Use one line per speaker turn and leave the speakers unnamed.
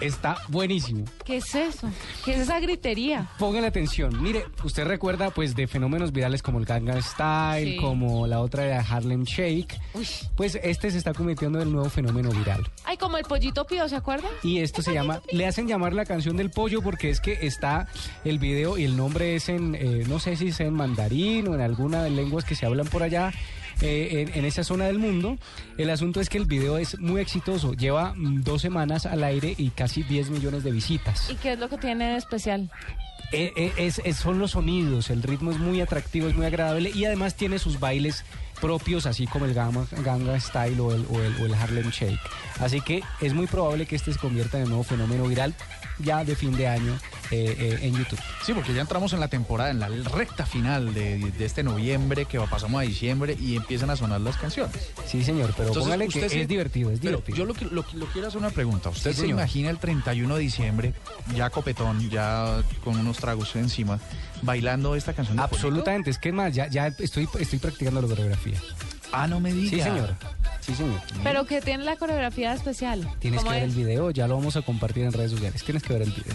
Está buenísimo.
¿Qué es eso? ¿Qué es esa gritería?
Póngale atención. Mire, usted recuerda pues de fenómenos virales como el Gangnam Style,
Sí.
como la otra de Harlem Shake.
Uy.
Pues este se está convirtiendo en el nuevo fenómeno viral.
Ay, como el pollito pío, ¿se acuerdan?
Y esto se llama, le hacen llamar la canción del pollo porque es que está el video y el nombre es en, eh, no sé si es en mandarín o en alguna de lenguas que se hablan por allá, eh, en, en esa zona del mundo. El asunto es que el video es muy exitoso, lleva mm, dos semanas al aire y casi 10 millones de visitas.
¿Y qué es lo que tiene de especial?
Eh, eh, es- es- son los sonidos, el ritmo es muy atractivo, es muy agradable y además tiene sus bailes propios, así como el Gamma- Ganga Style o el, o el- o el Harlem Shake. Así que es muy probable que este se convierta en el nuevo fenómeno viral ya de fin de año eh, eh, en YouTube.
Sí, porque ya entramos en la temporada, en la recta final de, de este noviembre, que va- pasamos a diciembre y empiezan a sonar las canciones.
Sí, señor, pero póngale que
usted se-
es divertido, es
Pero
divertido.
Yo lo, que- lo, que- lo quiero hacer una pregunta. ¿Usted
Sí,
se
señor.
imagina el 31 de diciembre, ya copetón, ya con unos tragos encima, bailando esta canción? de
Absolutamente, es que es más, ya, ya estoy, estoy practicando la coreografía.
Polito? Ah, no me diga.
Sí, señor. Sí, señor.
¿Pero qué tiene la coreografía de especial?
Tienes que
¿Cómo
ver
es?
el video, ya lo vamos a compartir en redes sociales. Tienes que ver el video.